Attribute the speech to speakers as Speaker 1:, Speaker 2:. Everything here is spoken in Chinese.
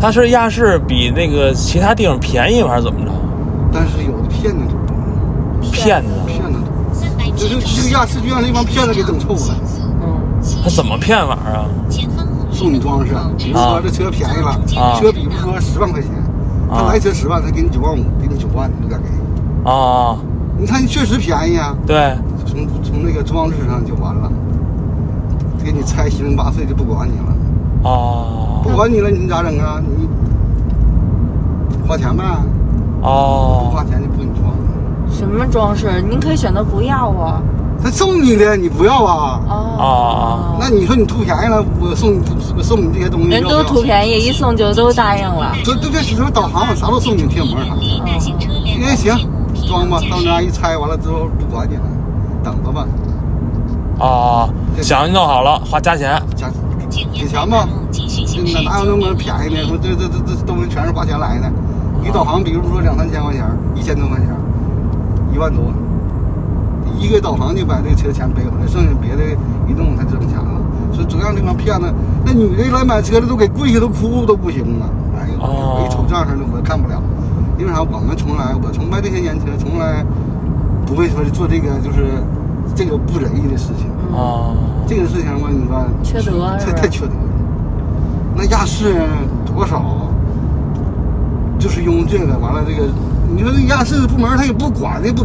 Speaker 1: 它是亚市比那个其他地方便宜吗还是怎么着？
Speaker 2: 但是有的骗子多，
Speaker 1: 骗子，
Speaker 2: 骗子多，这就这个亚市就让那帮骗子给整臭了。
Speaker 3: 嗯，
Speaker 1: 他怎么嗯骗法啊？
Speaker 2: 送你装饰，啊比如说这车便宜了，
Speaker 1: 啊
Speaker 2: 车比如说十万块钱，他
Speaker 1: 啊
Speaker 2: 来车十万，他给你九万五，给你九万，你不敢给？
Speaker 1: 啊，
Speaker 2: 你看确实便宜啊，
Speaker 1: 对，
Speaker 2: 从从那个装饰上就完了，给你拆七零八碎就不管你了，
Speaker 1: 哦
Speaker 2: 不，管你了你咋整啊？你花钱呗，不花
Speaker 1: 哦，
Speaker 2: 钱就不给你装。
Speaker 3: 什么装饰？您可以选择不要啊。
Speaker 2: 他送你的你不要啊？
Speaker 3: 哦，
Speaker 2: 那你说你图便宜了，我送你我送你这些东西，
Speaker 3: 人都图
Speaker 2: 宜。
Speaker 3: 便宜，一送就都答应了。
Speaker 2: 这这这时候导航我啥都送你贴膜啥的。那行，装吧，到那一拆完了之后不管你了，等着吧，
Speaker 1: 哦，想弄好了，花加钱，
Speaker 2: 加给钱吧，嗯
Speaker 1: 嗯
Speaker 2: 那哪有那么便宜的？说这这这这东西全是花钱来的，一导航比如说两三千块钱，一千多块钱，一万多，一个导航就把这车钱背回来，剩下别的一弄他挣钱了。所以总让这帮骗子，那女的来买车的都给跪下都哭都不行了。哎呦，我一瞅这样式的我看不了，因为啥？我们从来我崇拜这些年轻人，从来不会说做这个就是这个不仁义的事情。
Speaker 3: 嗯，
Speaker 1: 哦，
Speaker 2: 这个事情吧，你看
Speaker 3: 缺德是
Speaker 2: 太
Speaker 3: 吧
Speaker 2: 太缺德了。那亚视多少，就是因为这个完了这个，你说这亚视部门他也不管，他也不